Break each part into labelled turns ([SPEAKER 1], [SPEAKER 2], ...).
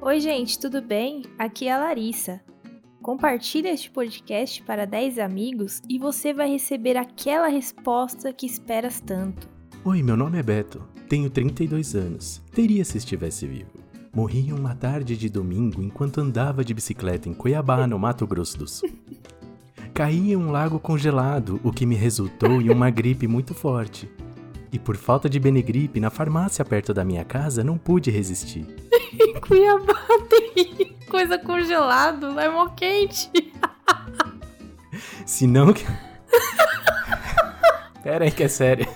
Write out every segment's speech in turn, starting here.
[SPEAKER 1] Oi, gente, tudo bem? Aqui é a Larissa. Compartilhe este podcast para 10 amigos e você vai receber aquela resposta que esperas tanto.
[SPEAKER 2] Oi, meu nome é Beto. Tenho 32 anos. Teria se estivesse vivo. Morri em uma tarde de domingo enquanto andava de bicicleta em Cuiabá, no Mato Grosso do Sul. Caí em um lago congelado, o que me resultou em uma gripe muito forte. E por falta de benegripe na farmácia perto da minha casa, não pude resistir.
[SPEAKER 1] Em Cuiabá tem coisa congelada, é mó quente.
[SPEAKER 2] Se não. que- Pera aí que é sério.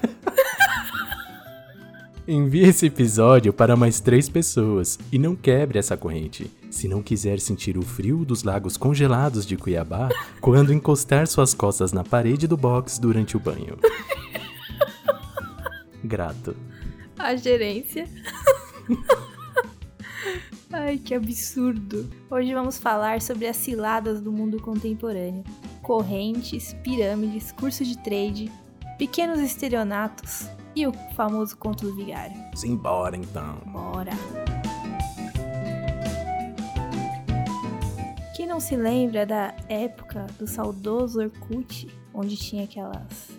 [SPEAKER 2] Envie esse episódio para mais três pessoas e não quebre essa corrente. Se não quiser sentir o frio dos lagos congelados de Cuiabá quando encostar suas costas na parede do box durante o banho. Grato.
[SPEAKER 1] A gerência. Ai, que absurdo. Hoje vamos falar sobre as ciladas do mundo contemporâneo. Correntes, pirâmides, curso de trade, pequenos estelionatos e o famoso conto do vigário.
[SPEAKER 2] Simbora então.
[SPEAKER 1] Bora! Quem não se lembra da época do saudoso Orkut, onde tinha aquelas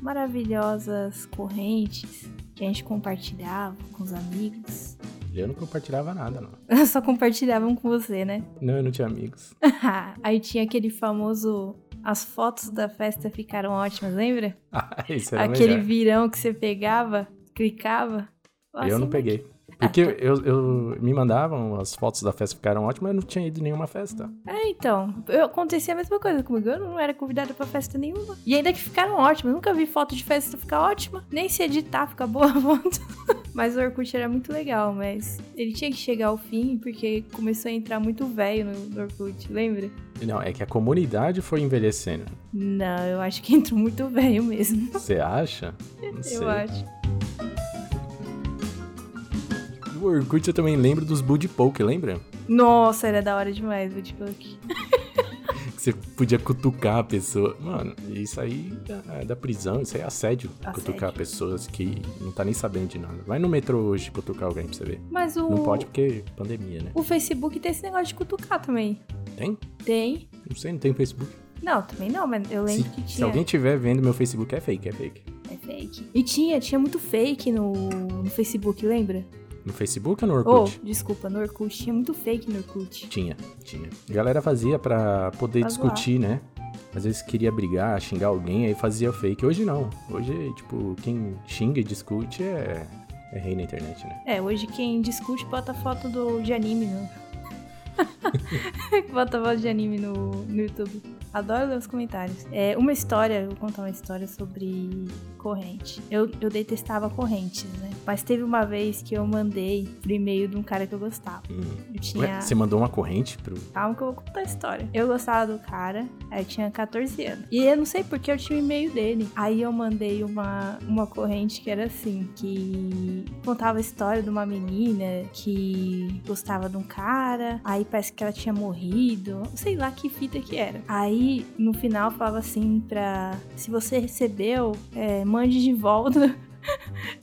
[SPEAKER 1] maravilhosas correntes que a gente compartilhava com os amigos?
[SPEAKER 2] Eu não compartilhava nada, não.
[SPEAKER 1] Só compartilhavam com você, né?
[SPEAKER 2] Não, eu não tinha amigos.
[SPEAKER 1] Aí tinha aquele famoso. As fotos da festa ficaram ótimas, lembra?
[SPEAKER 2] Ah, isso era
[SPEAKER 1] aquele
[SPEAKER 2] melhor.
[SPEAKER 1] virão que você pegava, clicava.
[SPEAKER 2] Eu não
[SPEAKER 1] Assim, tá.
[SPEAKER 2] peguei. Porque eu, eu- me mandavam, as fotos da festa ficaram ótimas, mas eu não tinha ido em nenhuma festa.
[SPEAKER 1] É, então, eu, acontecia a mesma coisa comigo, eu não era convidada pra festa nenhuma. E ainda que ficaram ótimas, nunca vi foto de festa ficar ótima, nem se editar fica boa a foto. Mas o Orkut era muito legal, mas ele tinha que chegar ao fim, porque começou a entrar muito velho no, no Orkut, lembra?
[SPEAKER 2] Não, é que a comunidade foi envelhecendo.
[SPEAKER 1] Não, eu acho que entrou muito velho mesmo,
[SPEAKER 2] Você acha? Não sei.
[SPEAKER 1] eu acho.
[SPEAKER 2] Do Orkut eu também lembro dos Buddy Poke, lembra?
[SPEAKER 1] Nossa, era da hora demais o TikTok.
[SPEAKER 2] Que você podia cutucar a pessoa. Mano, isso aí é da prisão, isso aí é assédio.
[SPEAKER 1] Assédio.
[SPEAKER 2] Cutucar pessoas que não tá nem sabendo de nada. Vai no metrô hoje cutucar alguém pra você ver.
[SPEAKER 1] Mas o,
[SPEAKER 2] Não pode porque pandemia, né?
[SPEAKER 1] o Facebook tem esse negócio de cutucar também.
[SPEAKER 2] Tem?
[SPEAKER 1] Tem?
[SPEAKER 2] Não sei, não tem Facebook.
[SPEAKER 1] Não, também não, mas eu lembro
[SPEAKER 2] se,
[SPEAKER 1] que tinha.
[SPEAKER 2] se alguém tiver vendo meu Facebook, é fake, é fake.
[SPEAKER 1] É fake. E tinha, tinha muito fake no, no Facebook, lembra?
[SPEAKER 2] No Facebook ou no
[SPEAKER 1] Ou,
[SPEAKER 2] Orkut?
[SPEAKER 1] desculpa, no Orkut. Tinha muito fake no Orkut.
[SPEAKER 2] Tinha, tinha. A galera fazia pra poder
[SPEAKER 1] Pra
[SPEAKER 2] discutir, né? Às vezes queria brigar, xingar alguém, aí fazia fake. Hoje não. Hoje, tipo, quem xinga e discute é, é rei na internet, né?
[SPEAKER 1] É, hoje quem discute bota foto do, de anime no... bota foto de anime no, no YouTube. Adoro ler os comentários. É, uma história, eu vou contar uma história sobre corrente. Eu, eu detestava correntes, né? Mas teve uma vez que eu mandei pro e-mail de um cara que eu gostava.
[SPEAKER 2] Hum.
[SPEAKER 1] Eu tinha...
[SPEAKER 2] Ué, você mandou uma corrente pro.
[SPEAKER 1] Calma que eu vou contar a história. Eu gostava do cara, aí eu tinha 14 anos. E eu não sei porque eu tinha o e-mail dele. Aí eu mandei uma, uma corrente que era assim, que contava a história de uma menina que gostava de um cara, aí parece que ela tinha morrido, sei lá que fita que era. Aí no final falava assim pra... Se você recebeu, é, mande de volta...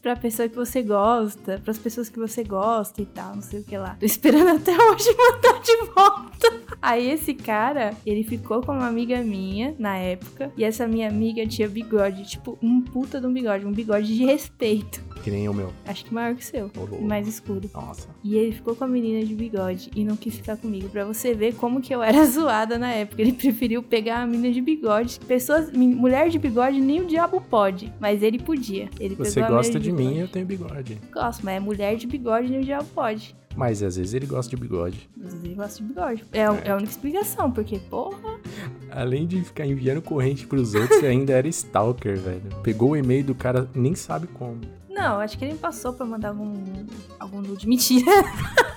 [SPEAKER 1] pra pessoa que você gosta, pras pessoas que você gosta e tal, não sei o que lá. Tô esperando até hoje mandar de volta. Aí esse cara, ele ficou com uma amiga minha na época, e essa minha amiga tinha bigode, tipo, um puta de um bigode, um bigode de respeito.
[SPEAKER 2] Que nem o meu.
[SPEAKER 1] Acho que maior que o seu,
[SPEAKER 2] Ô, louco.
[SPEAKER 1] e mais escuro.
[SPEAKER 2] Nossa.
[SPEAKER 1] E ele ficou com a menina de bigode e não quis ficar comigo, pra você ver como que eu era zoada na época. Ele preferiu pegar a menina de bigode. Pessoas, mi- mulher de bigode nem o diabo pode, mas ele podia. Ele
[SPEAKER 2] Você
[SPEAKER 1] pegou a
[SPEAKER 2] gosta
[SPEAKER 1] menina
[SPEAKER 2] de mim
[SPEAKER 1] bigode.
[SPEAKER 2] eu tenho bigode.
[SPEAKER 1] Gosto, mas é mulher de bigode nem o diabo pode.
[SPEAKER 2] Mas às vezes ele gosta de bigode.
[SPEAKER 1] Às vezes ele gosta de bigode. É, a- é a única explicação, porque, porra,
[SPEAKER 2] Além de ficar enviando corrente pros outros, você ainda era stalker, velho. Pegou o e-mail do cara, nem sabe como.
[SPEAKER 1] Não, acho que ele me passou pra mandar algum, algum nude. Mentira.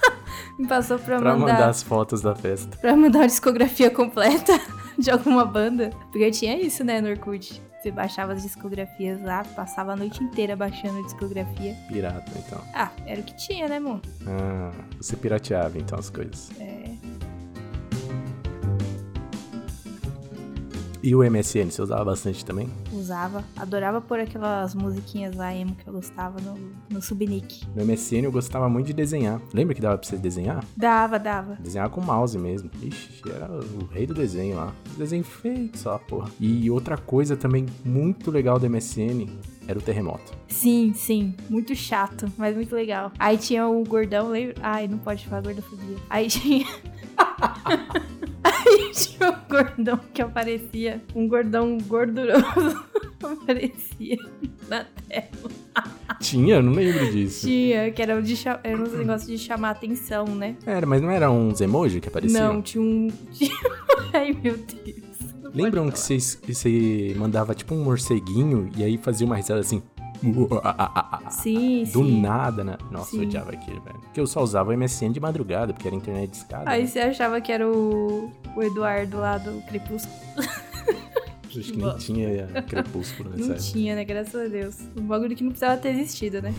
[SPEAKER 1] me passou pra,
[SPEAKER 2] Pra
[SPEAKER 1] mandar,
[SPEAKER 2] mandar as fotos da festa.
[SPEAKER 1] Pra mandar uma discografia completa de alguma banda. Porque tinha isso, né, no Orkut. Você baixava as discografias lá, passava a noite inteira baixando a discografia.
[SPEAKER 2] Pirata, então.
[SPEAKER 1] Ah, era o que tinha, né, amor?
[SPEAKER 2] Ah, você pirateava então as coisas.
[SPEAKER 1] É.
[SPEAKER 2] E o MSN, você usava bastante também?
[SPEAKER 1] Usava. Adorava pôr aquelas musiquinhas lá emo que eu gostava no, no subnick.
[SPEAKER 2] No MSN eu gostava muito de desenhar. Lembra que dava pra você desenhar?
[SPEAKER 1] Dava, dava.
[SPEAKER 2] Desenhar com mouse mesmo. Ixi, era o rei do desenho lá. Desenho feio só, porra. E outra coisa também muito legal do MSN era o terremoto.
[SPEAKER 1] Sim, sim. Muito chato, mas muito legal. Aí tinha o gordão, lembra? Ai, não pode falar gordofobia. Aí tinha. Aí tinha o gordão que aparecia. Um gordão gorduroso aparecia na tela.
[SPEAKER 2] Tinha? Eu não lembro disso.
[SPEAKER 1] Tinha, que era, um de cha- era um negócio de chamar atenção, né?
[SPEAKER 2] Era, mas não eram uns emoji que apareciam?
[SPEAKER 1] Não, tinha um. tinha- Ai, meu Deus. Não pode
[SPEAKER 2] Lembram
[SPEAKER 1] falar.
[SPEAKER 2] que vocês- que você mandava tipo um morceguinho e aí fazia uma risada assim?
[SPEAKER 1] Sim,
[SPEAKER 2] Do
[SPEAKER 1] sim.
[SPEAKER 2] nada, né? Nossa, eu
[SPEAKER 1] Sim.
[SPEAKER 2] odiava aquilo, velho. Porque eu só usava o MSN de madrugada, porque era internet de escada. né?
[SPEAKER 1] Aí você achava que era o, o Eduardo lá do Crepúsculo.
[SPEAKER 2] Acho que nem tinha crepúsculo
[SPEAKER 1] Não
[SPEAKER 2] nessa época.
[SPEAKER 1] tinha, né? Graças a Deus. Um bagulho que não precisava ter existido, né?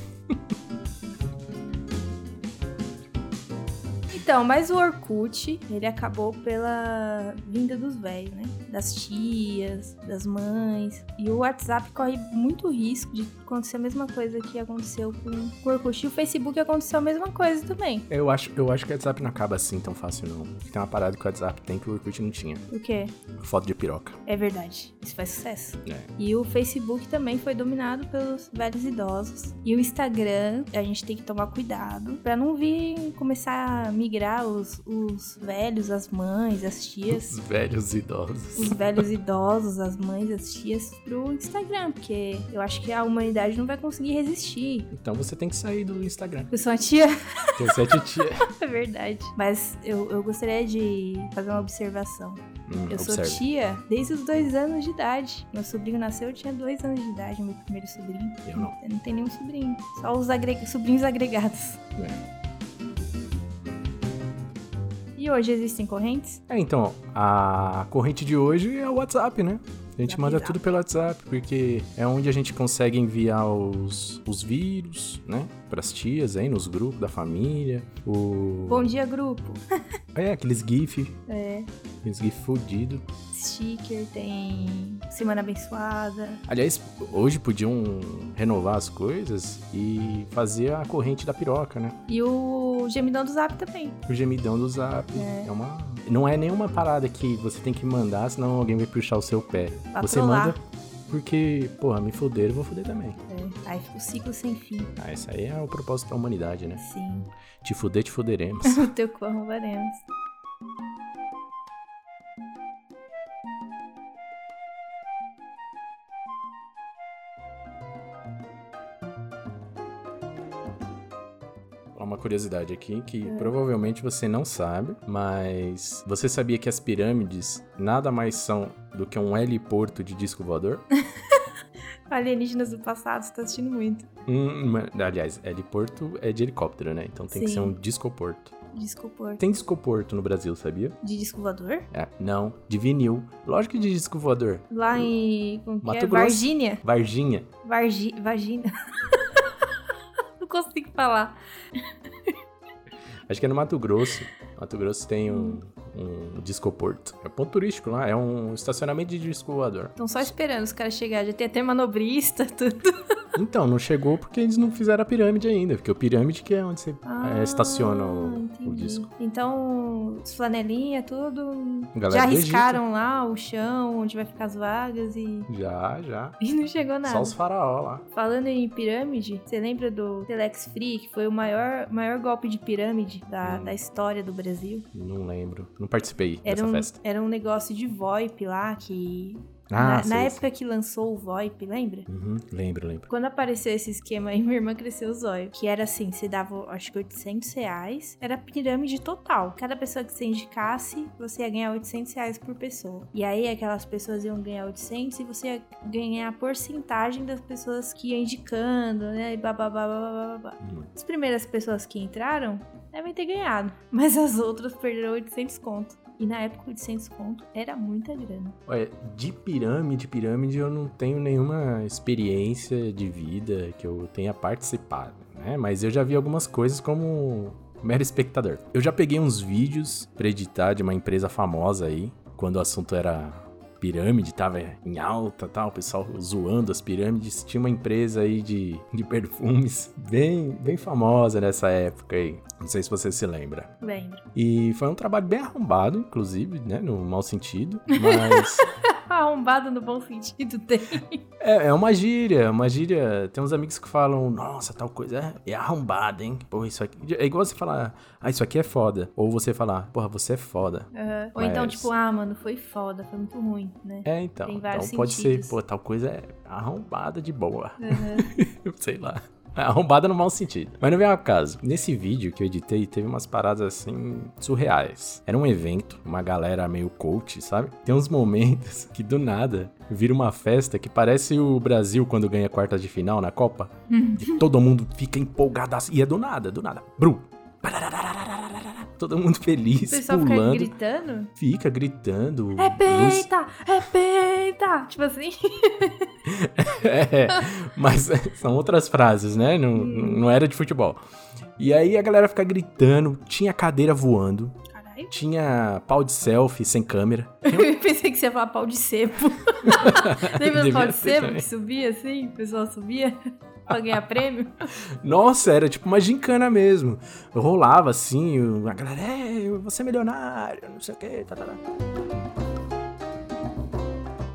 [SPEAKER 1] Então, mas o Orkut, ele acabou pela vinda dos velhos, né? Das tias, das mães. E o WhatsApp corre muito risco de acontecer a mesma coisa que aconteceu com com o Orkut. E o Facebook aconteceu a mesma coisa também.
[SPEAKER 2] Eu acho, eu acho que o WhatsApp não acaba assim tão fácil, não. Porque tem uma parada que o WhatsApp tem que o Orkut não tinha.
[SPEAKER 1] O quê?
[SPEAKER 2] Foto de piroca.
[SPEAKER 1] É verdade. Isso faz sucesso.
[SPEAKER 2] É.
[SPEAKER 1] E o Facebook também foi dominado pelos velhos idosos. E o Instagram, a gente tem que tomar cuidado pra não vir começar a migrar os, os velhos, as mães, as
[SPEAKER 2] Os
[SPEAKER 1] tias.
[SPEAKER 2] velhos idosos.
[SPEAKER 1] Os velhos idosos, as mães, as tias, pro Instagram, porque eu acho que a humanidade não vai conseguir resistir.
[SPEAKER 2] Então você tem que sair do Instagram.
[SPEAKER 1] Eu sou a tia?
[SPEAKER 2] Tem sete tias.
[SPEAKER 1] É verdade. Mas eu, eu gostaria de fazer uma observação.
[SPEAKER 2] Hum,
[SPEAKER 1] Eu
[SPEAKER 2] observe.
[SPEAKER 1] sou tia desde os dois anos de idade. Meu sobrinho nasceu, eu tinha dois anos de idade, meu primeiro sobrinho.
[SPEAKER 2] Eu não.
[SPEAKER 1] Eu não tenho nenhum sobrinho. Só os agre- sobrinhos agregados.
[SPEAKER 2] É.
[SPEAKER 1] E hoje existem correntes?
[SPEAKER 2] É, então, a corrente de hoje é o WhatsApp, né? A gente
[SPEAKER 1] Zap,
[SPEAKER 2] manda
[SPEAKER 1] zap.
[SPEAKER 2] tudo pelo WhatsApp, porque é onde a gente consegue enviar os, os vírus, né? Pras tias aí, nos grupos da família. O...
[SPEAKER 1] Bom dia, grupo.
[SPEAKER 2] É, aqueles GIF,
[SPEAKER 1] É,
[SPEAKER 2] aqueles GIF fudido.
[SPEAKER 1] sticker, tem semana abençoada.
[SPEAKER 2] Aliás, hoje podiam renovar as coisas e fazer a corrente da piroca, né?
[SPEAKER 1] E o gemidão do zap também.
[SPEAKER 2] O gemidão do zap.
[SPEAKER 1] É.
[SPEAKER 2] É, uma. Não é nenhuma parada que você tem que mandar, senão alguém vai puxar o seu pé.
[SPEAKER 1] Pra
[SPEAKER 2] você
[SPEAKER 1] trollar.
[SPEAKER 2] manda porque, porra, me fuderam, eu vou fuder também.
[SPEAKER 1] É, aí fica o ciclo sem fim.
[SPEAKER 2] Ah, isso aí é o propósito da humanidade, né?
[SPEAKER 1] Sim.
[SPEAKER 2] Te fuder, te fuderemos.
[SPEAKER 1] O teu cu arrumaremos.
[SPEAKER 2] Há uma curiosidade aqui que provavelmente você não sabe, mas você sabia que as pirâmides nada mais são do que um heliporto de disco voador?
[SPEAKER 1] Alienígenas do passado, você tá assistindo muito.
[SPEAKER 2] Hum, ma- aliás, heliporto é de helicóptero, né? Então tem que
[SPEAKER 1] Sim.
[SPEAKER 2] ser um discoporto.
[SPEAKER 1] Desculpa.
[SPEAKER 2] Tem discoporto no Brasil, sabia?
[SPEAKER 1] De disco voador?
[SPEAKER 2] É, não, de vinil. Lógico que de disco voador.
[SPEAKER 1] Lá em. Como que
[SPEAKER 2] Mato
[SPEAKER 1] é?
[SPEAKER 2] Grosso.
[SPEAKER 1] Varginha?
[SPEAKER 2] Varginha.
[SPEAKER 1] Vargi... Vagina. Não consigo falar.
[SPEAKER 2] Acho que é no Mato Grosso. Mato Grosso tem um, um discoporto. É ponto turístico lá, é um estacionamento de disco voador.
[SPEAKER 1] Estão só esperando os caras chegarem. Já tem até manobrista, tudo.
[SPEAKER 2] Então, não chegou porque eles não fizeram a pirâmide ainda. Porque o pirâmide que é onde você é, estaciona o, o
[SPEAKER 1] Ah, entendi.
[SPEAKER 2] disco.
[SPEAKER 1] Então, os flanelinha, tudo.
[SPEAKER 2] Galera
[SPEAKER 1] já
[SPEAKER 2] do Egito.
[SPEAKER 1] arriscaram lá o chão, onde vai ficar as vagas e.
[SPEAKER 2] Já, já.
[SPEAKER 1] E não chegou nada.
[SPEAKER 2] Só os faraó lá.
[SPEAKER 1] Falando em pirâmide, você lembra do Telex Free, que foi o maior, maior golpe de pirâmide da, da história do Brasil?
[SPEAKER 2] Não lembro. Não participei
[SPEAKER 1] Era
[SPEAKER 2] Hum. dessa
[SPEAKER 1] um,
[SPEAKER 2] festa.
[SPEAKER 1] era um negócio de VoIP lá, que.
[SPEAKER 2] Ah,
[SPEAKER 1] na,
[SPEAKER 2] sei,
[SPEAKER 1] na
[SPEAKER 2] sei.
[SPEAKER 1] época que lançou o VoIP, lembra?
[SPEAKER 2] Uhum, lembro, lembro.
[SPEAKER 1] Quando apareceu esse esquema aí, minha irmã cresceu os olhos. Que era assim, você dava, acho que 800 reais. Era pirâmide total. Cada pessoa que você indicasse, você ia ganhar 800 reais por pessoa. E aí, aquelas pessoas iam ganhar 800 e você ia ganhar a porcentagem das pessoas que ia indicando, né? E bababá, babá, babá.
[SPEAKER 2] Hum.
[SPEAKER 1] As primeiras pessoas que entraram devem ter ganhado. Mas as outras perderam 800 conto. E na época, 800 conto era muita grana.
[SPEAKER 2] Olha, de pirâmide, pirâmide eu não tenho nenhuma experiência de vida que eu tenha participado, né? Mas eu já vi algumas coisas como mero espectador. Eu já peguei uns vídeos pra editar de uma empresa famosa aí, quando o assunto era pirâmide, tava em alta tal, o pessoal zoando as pirâmides. Tinha uma empresa aí de, de perfumes bem, bem famosa nessa época aí. Não sei se você se lembra.
[SPEAKER 1] Lembro.
[SPEAKER 2] E foi um trabalho bem arrombado, inclusive, né? No mau sentido. Mas
[SPEAKER 1] Arrombado no bom sentido tem.
[SPEAKER 2] é, é uma gíria, uma gíria. Tem uns amigos que falam, nossa, tal coisa é, é arrombada, hein? Pô, isso aqui. É igual você falar, ah, isso aqui é foda. Ou você falar, porra, você é foda.
[SPEAKER 1] Aham. Ou então,
[SPEAKER 2] Mas-
[SPEAKER 1] tipo, ah, mano, foi foda, foi muito ruim, né?
[SPEAKER 2] É, então.
[SPEAKER 1] Tem
[SPEAKER 2] Então
[SPEAKER 1] vários
[SPEAKER 2] pode
[SPEAKER 1] sentidos.
[SPEAKER 2] ser, pô, tal coisa é arrombada de boa.
[SPEAKER 1] Aham.
[SPEAKER 2] Sei lá. É Arrombada no mau sentido. Mas não vem ao caso. Nesse vídeo que eu editei, teve umas paradas assim surreais. Era um evento, uma galera meio coach, sabe? Tem uns momentos que do nada vira uma festa que parece o Brasil quando ganha quartas de final na Copa.
[SPEAKER 1] Uhum.
[SPEAKER 2] E todo mundo fica empolgado e é do nada, do nada. Bru! Pararararararararara. Todo mundo
[SPEAKER 1] O
[SPEAKER 2] feliz,
[SPEAKER 1] pessoal fica
[SPEAKER 2] pulando,
[SPEAKER 1] gritando.
[SPEAKER 2] fica gritando.
[SPEAKER 1] É
[SPEAKER 2] luz-
[SPEAKER 1] peita! É peita! Tipo assim.
[SPEAKER 2] É, mas são outras frases, né? Não, não era de futebol. E aí a galera fica gritando, tinha cadeira voando,
[SPEAKER 1] Caralho.
[SPEAKER 2] tinha pau de selfie sem câmera.
[SPEAKER 1] Eu pensei que você ia falar pau de sebo. Lembra do
[SPEAKER 2] Devia
[SPEAKER 1] pau de
[SPEAKER 2] ter
[SPEAKER 1] sebo
[SPEAKER 2] também.
[SPEAKER 1] que subia assim? O pessoal subia pra ganhar prêmio?
[SPEAKER 2] Nossa, era tipo uma gincana mesmo. Eu rolava assim, eu- a galera, é, eu vou ser milionário, não sei o quê. Tá, tá, tá."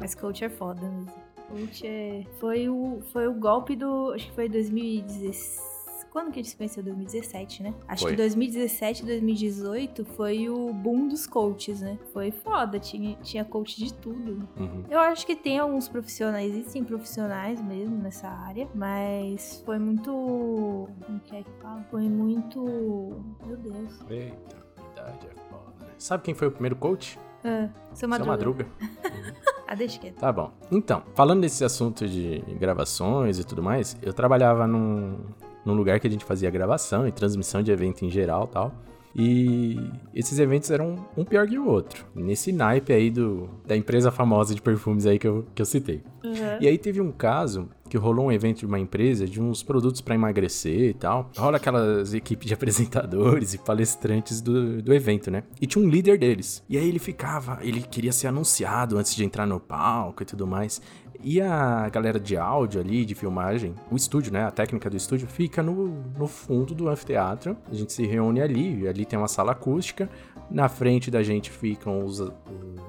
[SPEAKER 1] Mas coach é foda mesmo. Coach é... foi, o, foi o golpe do. Acho que foi 2016. Quando que a gente se conheceu? 2017, né? Acho
[SPEAKER 2] Foi.
[SPEAKER 1] que 2017, 2018 foi o boom dos coaches, né? Foi foda, tinha, tinha coach de tudo.
[SPEAKER 2] Uhum.
[SPEAKER 1] Eu acho que tem alguns profissionais, existem profissionais mesmo nessa área, mas foi muito. Como que é que fala? Foi muito. Meu Deus.
[SPEAKER 2] Eita, idade é foda. né? Sabe quem foi o primeiro coach?
[SPEAKER 1] Ah, seu
[SPEAKER 2] Seu
[SPEAKER 1] Madruga.
[SPEAKER 2] Madruga.
[SPEAKER 1] Ah, deixa quieto.
[SPEAKER 2] Tá bom. Então, falando desse assunto de gravações e tudo mais, eu trabalhava num, num lugar que a gente fazia gravação e transmissão de evento em geral e tal. E esses eventos eram um pior que o outro. Nesse naipe aí do, da empresa famosa de perfumes aí que eu, que eu citei.
[SPEAKER 1] Uhum.
[SPEAKER 2] E aí teve um caso que rolou um evento de uma empresa de uns produtos pra emagrecer e tal. Rola aquelas equipes de apresentadores e palestrantes do, do evento, né? E tinha um líder deles. E aí ele ficava, ele queria ser anunciado antes de entrar no palco e tudo mais. E a galera de áudio ali, de filmagem, o estúdio, né? A técnica do estúdio fica no, no fundo do anfiteatro. A gente se reúne ali, e ali tem uma sala acústica. Na frente da gente ficam os,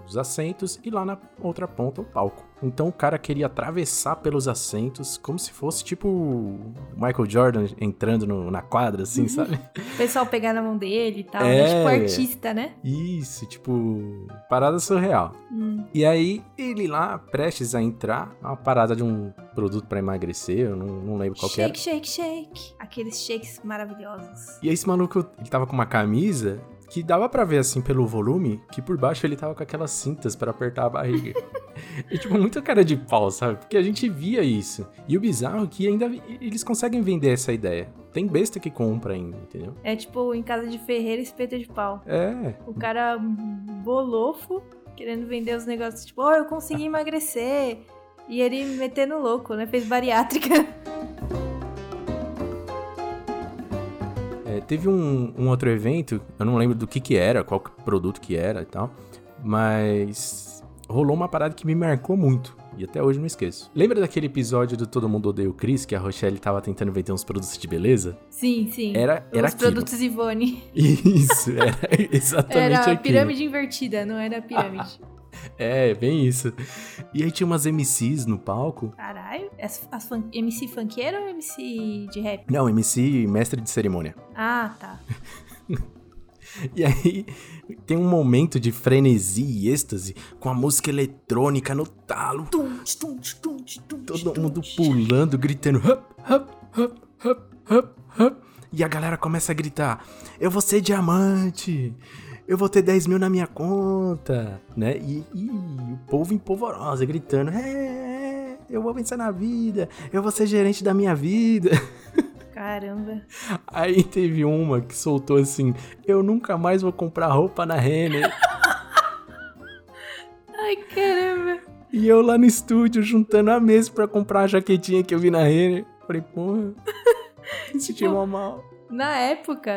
[SPEAKER 2] os assentos e lá na outra ponta o palco. Então o cara queria atravessar pelos assentos como se fosse tipo o Michael Jordan entrando no- na quadra, assim, sabe?
[SPEAKER 1] O pessoal pegar na mão dele e tal.
[SPEAKER 2] É.
[SPEAKER 1] né? Tipo artista, né?
[SPEAKER 2] Isso, tipo, parada surreal.
[SPEAKER 1] Hum.
[SPEAKER 2] E aí, ele lá, prestes a entrar, uma parada de um produto pra emagrecer, eu não, não lembro qual que era.
[SPEAKER 1] Shake, shake, shake. Aqueles shakes maravilhosos.
[SPEAKER 2] E aí esse maluco, ele tava com uma camisa que dava pra ver assim pelo volume que por baixo ele tava com aquelas cintas pra apertar a barriga. e tipo, muita cara de pau, sabe? Porque a gente via isso. E o bizarro é que ainda eles conseguem vender essa ideia. Tem besta que compra ainda, entendeu?
[SPEAKER 1] É tipo em casa de ferreiro, espeta de pau.
[SPEAKER 2] É,
[SPEAKER 1] O cara bolofo, querendo vender os negócios, tipo, ó, eu consegui emagrecer. E ele metendo louco, né? Fez bariátrica.
[SPEAKER 2] É, teve um, um outro evento, eu não lembro do que que era, qual que- produto que era e tal, mas rolou uma parada que me marcou muito. E até hoje eu não esqueço. Lembra daquele episódio do Todo Mundo Odeia o Chris, que a Rochelle tava tentando vender uns produtos de beleza?
[SPEAKER 1] Sim, sim.
[SPEAKER 2] Era, era
[SPEAKER 1] Os
[SPEAKER 2] aquilo.
[SPEAKER 1] produtos Ivone.
[SPEAKER 2] Isso, era exatamente
[SPEAKER 1] Era a
[SPEAKER 2] aquilo.
[SPEAKER 1] pirâmide invertida, não era a pirâmide.
[SPEAKER 2] É, bem isso. E aí tinha umas MCs no palco.
[SPEAKER 1] Caralho. As, as fun- MC funkeira ou MC de rap?
[SPEAKER 2] Não, MC mestre de cerimônia.
[SPEAKER 1] Ah, tá.
[SPEAKER 2] E aí tem um momento de frenesi e êxtase com a música eletrônica no talo.
[SPEAKER 1] Tum, tch, tum, tch, tum, tch, tum, tch,
[SPEAKER 2] Todo
[SPEAKER 1] tum,
[SPEAKER 2] mundo
[SPEAKER 1] tch.
[SPEAKER 2] pulando, gritando. Hup, hup, hup, hup, hup, hup. E a galera começa a gritar: Eu vou ser diamante! Eu vou ter 10 mil na minha conta! Né? E, e o povo em polvorosa gritando: É, é, eu vou vencer na vida! Eu vou ser gerente da minha vida!
[SPEAKER 1] Caramba.
[SPEAKER 2] Aí teve uma que soltou assim: Eu nunca mais vou comprar roupa na Renner!
[SPEAKER 1] Ai, caramba.
[SPEAKER 2] E eu lá no estúdio juntando a mesa pra comprar a jaquetinha que eu vi na Renner. Falei, porra. Esse
[SPEAKER 1] Tipo,
[SPEAKER 2] time é mal.
[SPEAKER 1] Na época,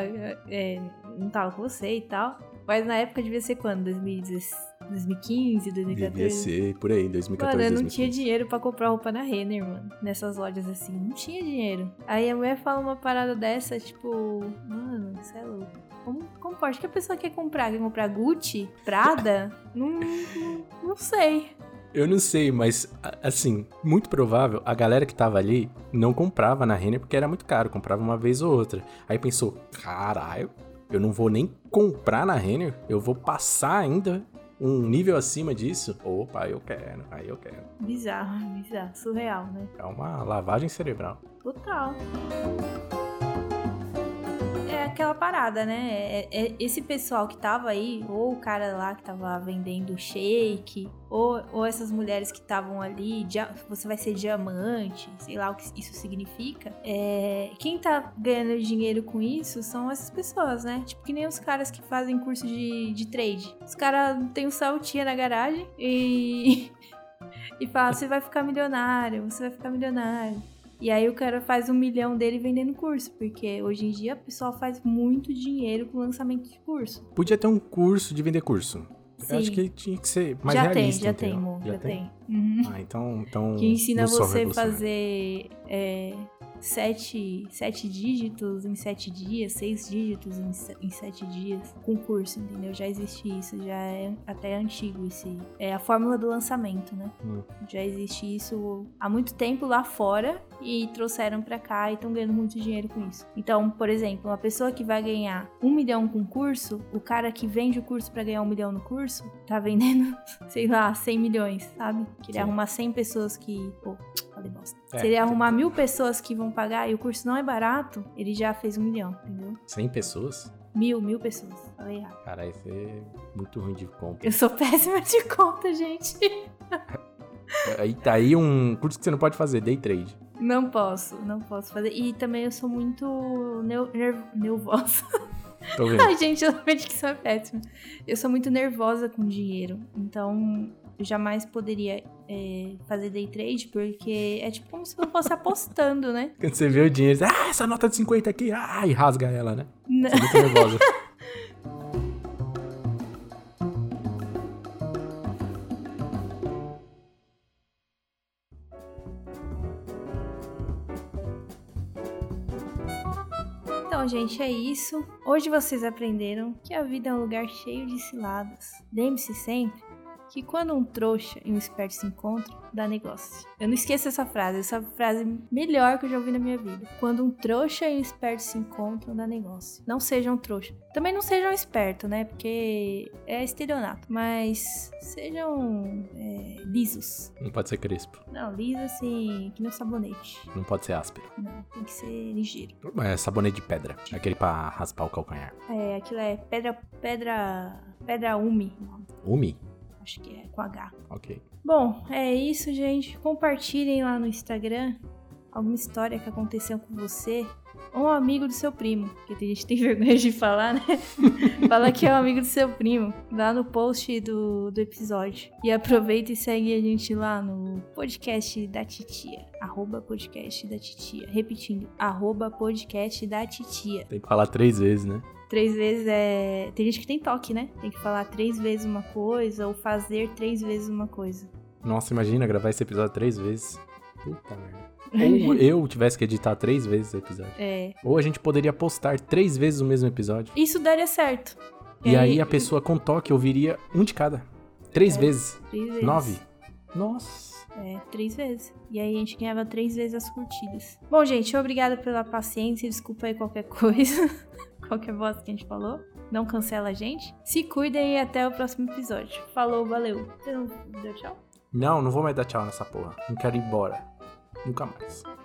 [SPEAKER 1] é, não tava com você e tal, mas na época devia ser quando? 2016, 2015, 2014?
[SPEAKER 2] Devia ser por aí, 2014.
[SPEAKER 1] Mano, eu não
[SPEAKER 2] 2015.
[SPEAKER 1] tinha dinheiro pra comprar roupa na Renner, mano. Nessas lojas assim, não tinha dinheiro. Aí a mulher fala uma parada dessa, tipo, mano, você é louco. Como, como pode? O que a pessoa quer comprar? Quer comprar Gucci? Prada? não, não, não sei.
[SPEAKER 2] Eu não sei, mas a- assim, muito provável a galera que tava ali não comprava na Renner porque era muito caro, comprava uma vez ou outra. Aí pensou, caralho, eu não vou nem comprar na Renner, eu vou passar ainda um nível acima disso. Opa, eu quero, aí eu quero.
[SPEAKER 1] Bizarro, bizarro. Surreal, né?
[SPEAKER 2] É uma lavagem cerebral.
[SPEAKER 1] Total. É aquela parada, né? É- é- esse pessoal que tava aí, ou o cara lá que tava vendendo shake, ou, ou essas mulheres que estavam ali, dia- você vai ser diamante, sei lá o que isso significa. É, quem tá ganhando dinheiro com isso são essas pessoas, né? Tipo que nem os caras que fazem curso de, de trade. Os caras têm um saltinha na garagem e. e fala: você vai ficar milionário, você vai ficar milionário. E aí o cara faz um milhão dele vendendo curso, porque hoje em dia o pessoal faz muito dinheiro com lançamento de curso.
[SPEAKER 2] Podia ter um curso de vender curso.
[SPEAKER 1] Sim.
[SPEAKER 2] Eu acho que tinha que ser mais
[SPEAKER 1] já tem,
[SPEAKER 2] realista.
[SPEAKER 1] já
[SPEAKER 2] entendeu?
[SPEAKER 1] tem, amor, já, tem. Uhum.
[SPEAKER 2] Ah, então, então.
[SPEAKER 1] Que ensina
[SPEAKER 2] não sou
[SPEAKER 1] você a
[SPEAKER 2] revolucionário.
[SPEAKER 1] fazer é, sete, sete dígitos em sete dias, seis dígitos em, se- em sete dias, com curso, entendeu? Já existe isso, já é até antigo esse. É a fórmula do lançamento, né?
[SPEAKER 2] Hum.
[SPEAKER 1] Já existe isso há muito tempo lá fora e trouxeram pra cá e estão ganhando muito dinheiro com isso. Então, por exemplo, uma pessoa que vai ganhar um milhão com curso, o cara que vende o curso pra ganhar um milhão no curso, tá vendendo, sei lá, 100 milhões, sabe? Queria
[SPEAKER 2] Sim.
[SPEAKER 1] arrumar 100 pessoas que. Pô, falei bosta.
[SPEAKER 2] É,
[SPEAKER 1] Se ele
[SPEAKER 2] tem-
[SPEAKER 1] arrumar mil pessoas que vão pagar e o curso não é barato, ele já fez um milhão, entendeu?
[SPEAKER 2] 100 pessoas?
[SPEAKER 1] Mil, mil pessoas. Falei errado.
[SPEAKER 2] Cara, isso é muito ruim de compra.
[SPEAKER 1] Eu sou péssima de conta, gente.
[SPEAKER 2] Aí tá aí um curso que você não pode fazer, day trade.
[SPEAKER 1] Não posso, não posso fazer. E também eu sou muito neu- nerv- nervosa.
[SPEAKER 2] Tô vendo.
[SPEAKER 1] Ai, gente, eu realmente que isso é péssimo. Eu sou muito nervosa com dinheiro. Então, eu jamais poderia é, fazer day trade, porque é tipo como se eu fosse apostando, né?
[SPEAKER 2] Quando você vê o dinheiro, você, ah, essa nota de 50 aqui, ah, e rasga ela, né?
[SPEAKER 1] Não.
[SPEAKER 2] Você é muito nervosa.
[SPEAKER 1] Então, gente, é isso. Hoje vocês aprenderam que a vida é um lugar cheio de ciladas. Lembre-se sempre que quando um trouxa e um esperto se encontram, dá negócio. Eu não esqueço essa frase, essa frase melhor que eu já ouvi na minha vida. Quando um trouxa e um esperto se encontram, dá negócio. Não sejam trouxa. Também não sejam esperto, né? Porque é estelionato. Mas sejam é, lisos.
[SPEAKER 2] Não pode ser crespo,
[SPEAKER 1] Não, liso assim, que nem um sabonete.
[SPEAKER 2] não pode ser áspero.
[SPEAKER 1] Não, tem que ser ligeiro.
[SPEAKER 2] É sabonete de pedra, aquele pra raspar o calcanhar.
[SPEAKER 1] É, aquilo é pedra. Pedra. Pedra Umi.
[SPEAKER 2] Umi?
[SPEAKER 1] Acho que é com H.
[SPEAKER 2] Ok.
[SPEAKER 1] Bom, é isso, gente. Compartilhem lá no Instagram alguma história que aconteceu com você ou um amigo do seu primo. Porque tem gente que tem vergonha de falar, né? Fala que é um amigo do seu primo. Lá no post do, do episódio. E aproveita e segue a gente lá no podcast da titia. Arroba podcast da titia. Repetindo, arroba podcast da titia.
[SPEAKER 2] Tem que falar três vezes, né?
[SPEAKER 1] Três vezes é. Tem gente que tem toque, né? Tem que falar três vezes uma coisa ou fazer três vezes uma coisa.
[SPEAKER 2] Nossa, imagina gravar esse episódio três vezes. Puta merda. Ou eu tivesse que editar três vezes o episódio.
[SPEAKER 1] É.
[SPEAKER 2] Ou a gente poderia postar três vezes o mesmo episódio.
[SPEAKER 1] Isso daria certo.
[SPEAKER 2] E aí É. a pessoa com toque ouviria um de cada. Três vezes.
[SPEAKER 1] Três vezes.
[SPEAKER 2] Nove. Nossa.
[SPEAKER 1] É, três vezes. E aí a gente ganhava três vezes as curtidas. Bom, gente, obrigada pela paciência. Desculpa aí qualquer coisa. qualquer bosta que a gente falou. Não cancela a gente. Se cuidem e até o próximo episódio. Falou, valeu. Você não deu tchau?
[SPEAKER 2] Não, não vou mais dar tchau nessa porra. Não quero ir embora. Nunca mais.